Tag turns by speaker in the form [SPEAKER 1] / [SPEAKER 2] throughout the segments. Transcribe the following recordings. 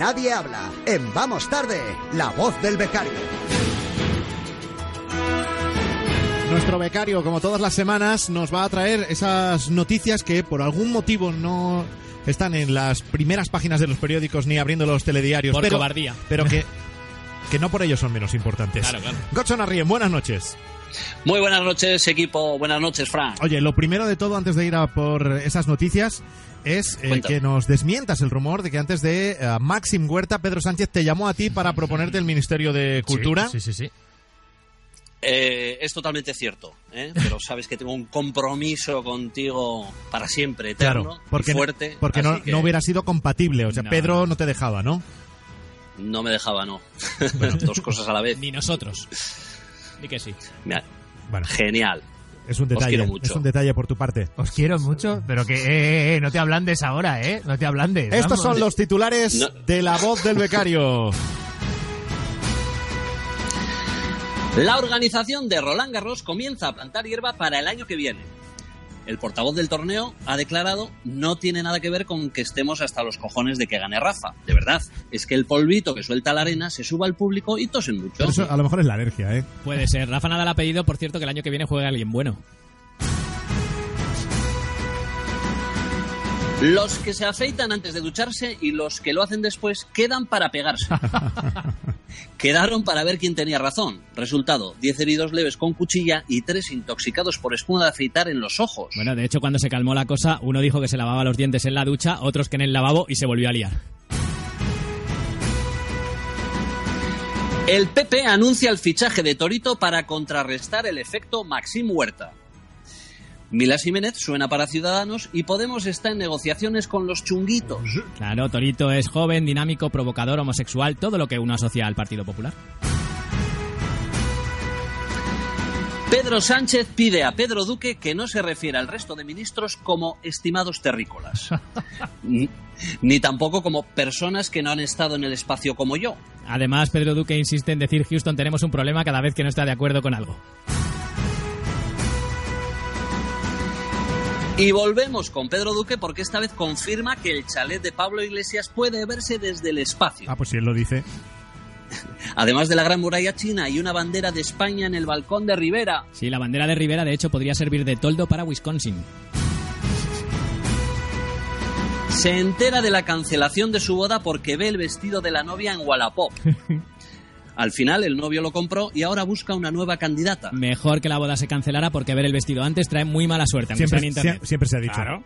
[SPEAKER 1] Nadie habla. En Vamos Tarde, la voz del becario.
[SPEAKER 2] Nuestro becario, como todas las semanas, nos va a traer esas noticias que por algún motivo no están en las primeras páginas de los periódicos ni abriendo los telediarios.
[SPEAKER 3] Por
[SPEAKER 2] pero,
[SPEAKER 3] cobardía.
[SPEAKER 2] Pero que, que no por ello son menos importantes.
[SPEAKER 3] Claro, claro.
[SPEAKER 2] Gotson Arrien, buenas noches.
[SPEAKER 4] Muy buenas noches, equipo. Buenas noches, Frank.
[SPEAKER 2] Oye, lo primero de todo, antes de ir a por esas noticias, es eh,
[SPEAKER 4] Cuéntame.
[SPEAKER 2] que nos desmientas el rumor de que antes de eh, Maxim Huerta, Pedro Sánchez te llamó a ti para proponerte el Ministerio de Cultura.
[SPEAKER 3] Sí, sí, sí. sí.
[SPEAKER 4] Eh, es totalmente cierto, ¿eh? pero sabes que tengo un compromiso contigo para siempre, eterno,
[SPEAKER 2] Claro, porque,
[SPEAKER 4] y fuerte.
[SPEAKER 2] porque no,
[SPEAKER 4] así que
[SPEAKER 2] no hubiera sido compatible. O sea,
[SPEAKER 3] No,
[SPEAKER 2] Pedro
[SPEAKER 3] no.
[SPEAKER 2] no te dejaba, ¿no?
[SPEAKER 4] no me dejaba, no. Dos cosas a la vez.
[SPEAKER 3] Eh, Ni nosotros. Di que sí.
[SPEAKER 4] Mira,
[SPEAKER 2] Bueno,
[SPEAKER 4] Genial.
[SPEAKER 2] es un
[SPEAKER 4] quiero
[SPEAKER 2] detalle.
[SPEAKER 4] mucho.
[SPEAKER 2] Es un detalle por tu parte.
[SPEAKER 5] Os quiero mucho, pero que eh, eh, eh, no te ablandes ahora, ¿eh? No te ablandes.
[SPEAKER 2] Estos
[SPEAKER 5] vamos.
[SPEAKER 2] son los titulares
[SPEAKER 4] No.
[SPEAKER 2] de la voz del becario.
[SPEAKER 4] La organización de Roland Garros comienza a plantar hierba para el año que viene. El portavoz del torneo ha declarado no tiene nada que ver con que estemos hasta los cojones de que gane Rafa. De verdad, es que el polvito que suelta la arena se suba al público y tosen mucho.
[SPEAKER 2] Pero eso a lo mejor es la alergia, ¿eh?
[SPEAKER 3] Puede ser. Rafa Nadal ha pedido, por cierto, que el año que viene juegue alguien bueno.
[SPEAKER 4] Los que se afeitan antes de ducharse y los que lo hacen después quedan para pegarse. Quedaron para ver quién tenía razón. Resultado, 10 heridos leves con cuchilla y 3 intoxicados por espuma de afeitar en los ojos.
[SPEAKER 3] Bueno, de hecho, cuando se calmó la cosa, uno dijo que se lavaba los dientes en la ducha, otros que en el lavabo y se volvió a liar.
[SPEAKER 4] El PP anuncia el fichaje de Torito para contrarrestar el efecto Maxim Huerta. Milás Jiménez suena para Ciudadanos y Podemos está en negociaciones con los chunguitos.
[SPEAKER 3] Claro, Torito es joven, dinámico, provocador, homosexual, todo lo que uno asocia al Partido Popular.
[SPEAKER 4] Pedro Sánchez pide a Pedro Duque que no se refiera al resto de ministros como estimados terrícolas, ni, ni tampoco como personas que no han estado en el espacio como yo.
[SPEAKER 3] Además, Pedro Duque insiste en decir Houston tenemos un problema cada vez que no está de acuerdo con algo.
[SPEAKER 4] Y volvemos con Pedro Duque porque esta vez confirma que el chalet de Pablo Iglesias puede verse desde el espacio.
[SPEAKER 2] Ah, pues si él lo dice.
[SPEAKER 4] Además de la Gran Muralla China y una bandera de España en el balcón de Rivera.
[SPEAKER 3] Sí, la bandera de Rivera, de hecho, podría servir de toldo para Wisconsin.
[SPEAKER 4] Se entera de la cancelación de su boda porque ve el vestido de la novia en Wallapop. Al final el novio lo compró y ahora busca una nueva candidata.
[SPEAKER 3] Mejor que la boda se cancelara porque ver el vestido antes trae muy mala suerte, aunque sea en
[SPEAKER 2] Siempre,
[SPEAKER 3] internet.
[SPEAKER 2] sie- siempre se ha dicho.
[SPEAKER 3] Claro.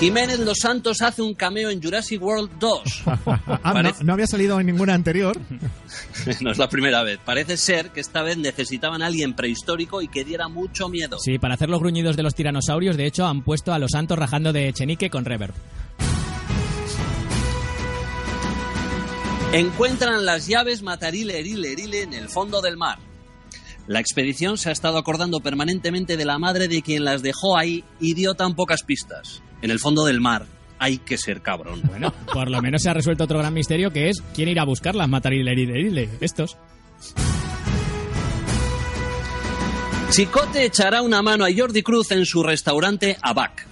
[SPEAKER 4] Jiménez Los Santos hace un cameo en Jurassic World 2.
[SPEAKER 2] Ah, no,
[SPEAKER 4] Parece-
[SPEAKER 2] no había salido en ninguna anterior.
[SPEAKER 4] no es la primera vez. Parece ser que esta vez necesitaban a alguien prehistórico y que diera mucho miedo.
[SPEAKER 3] Sí, para hacer los gruñidos de los tiranosaurios, de hecho, han puesto a los santos rajando de chenique con reverb.
[SPEAKER 4] Encuentran las llaves matarile erile erile en el fondo del mar. La expedición se ha estado acordando permanentemente de la madre de quien las dejó ahí y dio tan pocas pistas. En el fondo del mar hay que ser cabrón.
[SPEAKER 3] Bueno, por lo menos se ha resuelto otro gran misterio que es quién irá a buscarlas, matar y leer y leer. Estos.
[SPEAKER 4] Chicote echará una mano a Jordi Cruz en su restaurante Abac.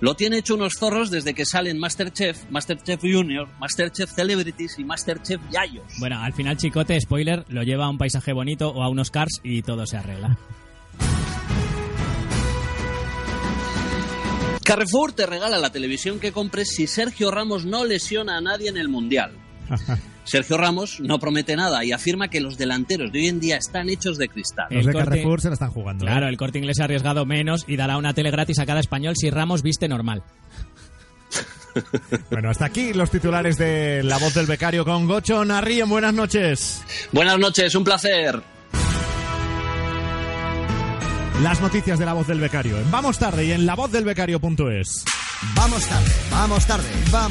[SPEAKER 4] Lo tiene hecho unos zorros desde que salen Masterchef, Masterchef Junior, Masterchef Celebrities y Masterchef Yayos.
[SPEAKER 3] Bueno, al final Chicote, spoiler, lo lleva a un paisaje bonito o a unos cars y todo se arregla.
[SPEAKER 4] Carrefour te regala la televisión que compres si Sergio Ramos no lesiona a nadie en el Mundial. Sergio Ramos no promete nada y afirma que los delanteros de hoy en día están hechos de cristal.
[SPEAKER 3] Eh,
[SPEAKER 2] Los de
[SPEAKER 3] corte-
[SPEAKER 2] Carrefour se la están jugando. ¿eh?
[SPEAKER 3] Claro, el corte inglés ha arriesgado menos y dará una tele gratis a cada español si Ramos viste normal.
[SPEAKER 2] Bueno, hasta aquí los titulares de La Voz del Becario con Gocho Narríen. Buenas noches.
[SPEAKER 4] Buenas noches, un placer.
[SPEAKER 2] Las noticias de La Voz del Becario. en Vamos tarde y en lavozdelbecario.es.
[SPEAKER 1] Vamos tarde, vamos tarde, vamos.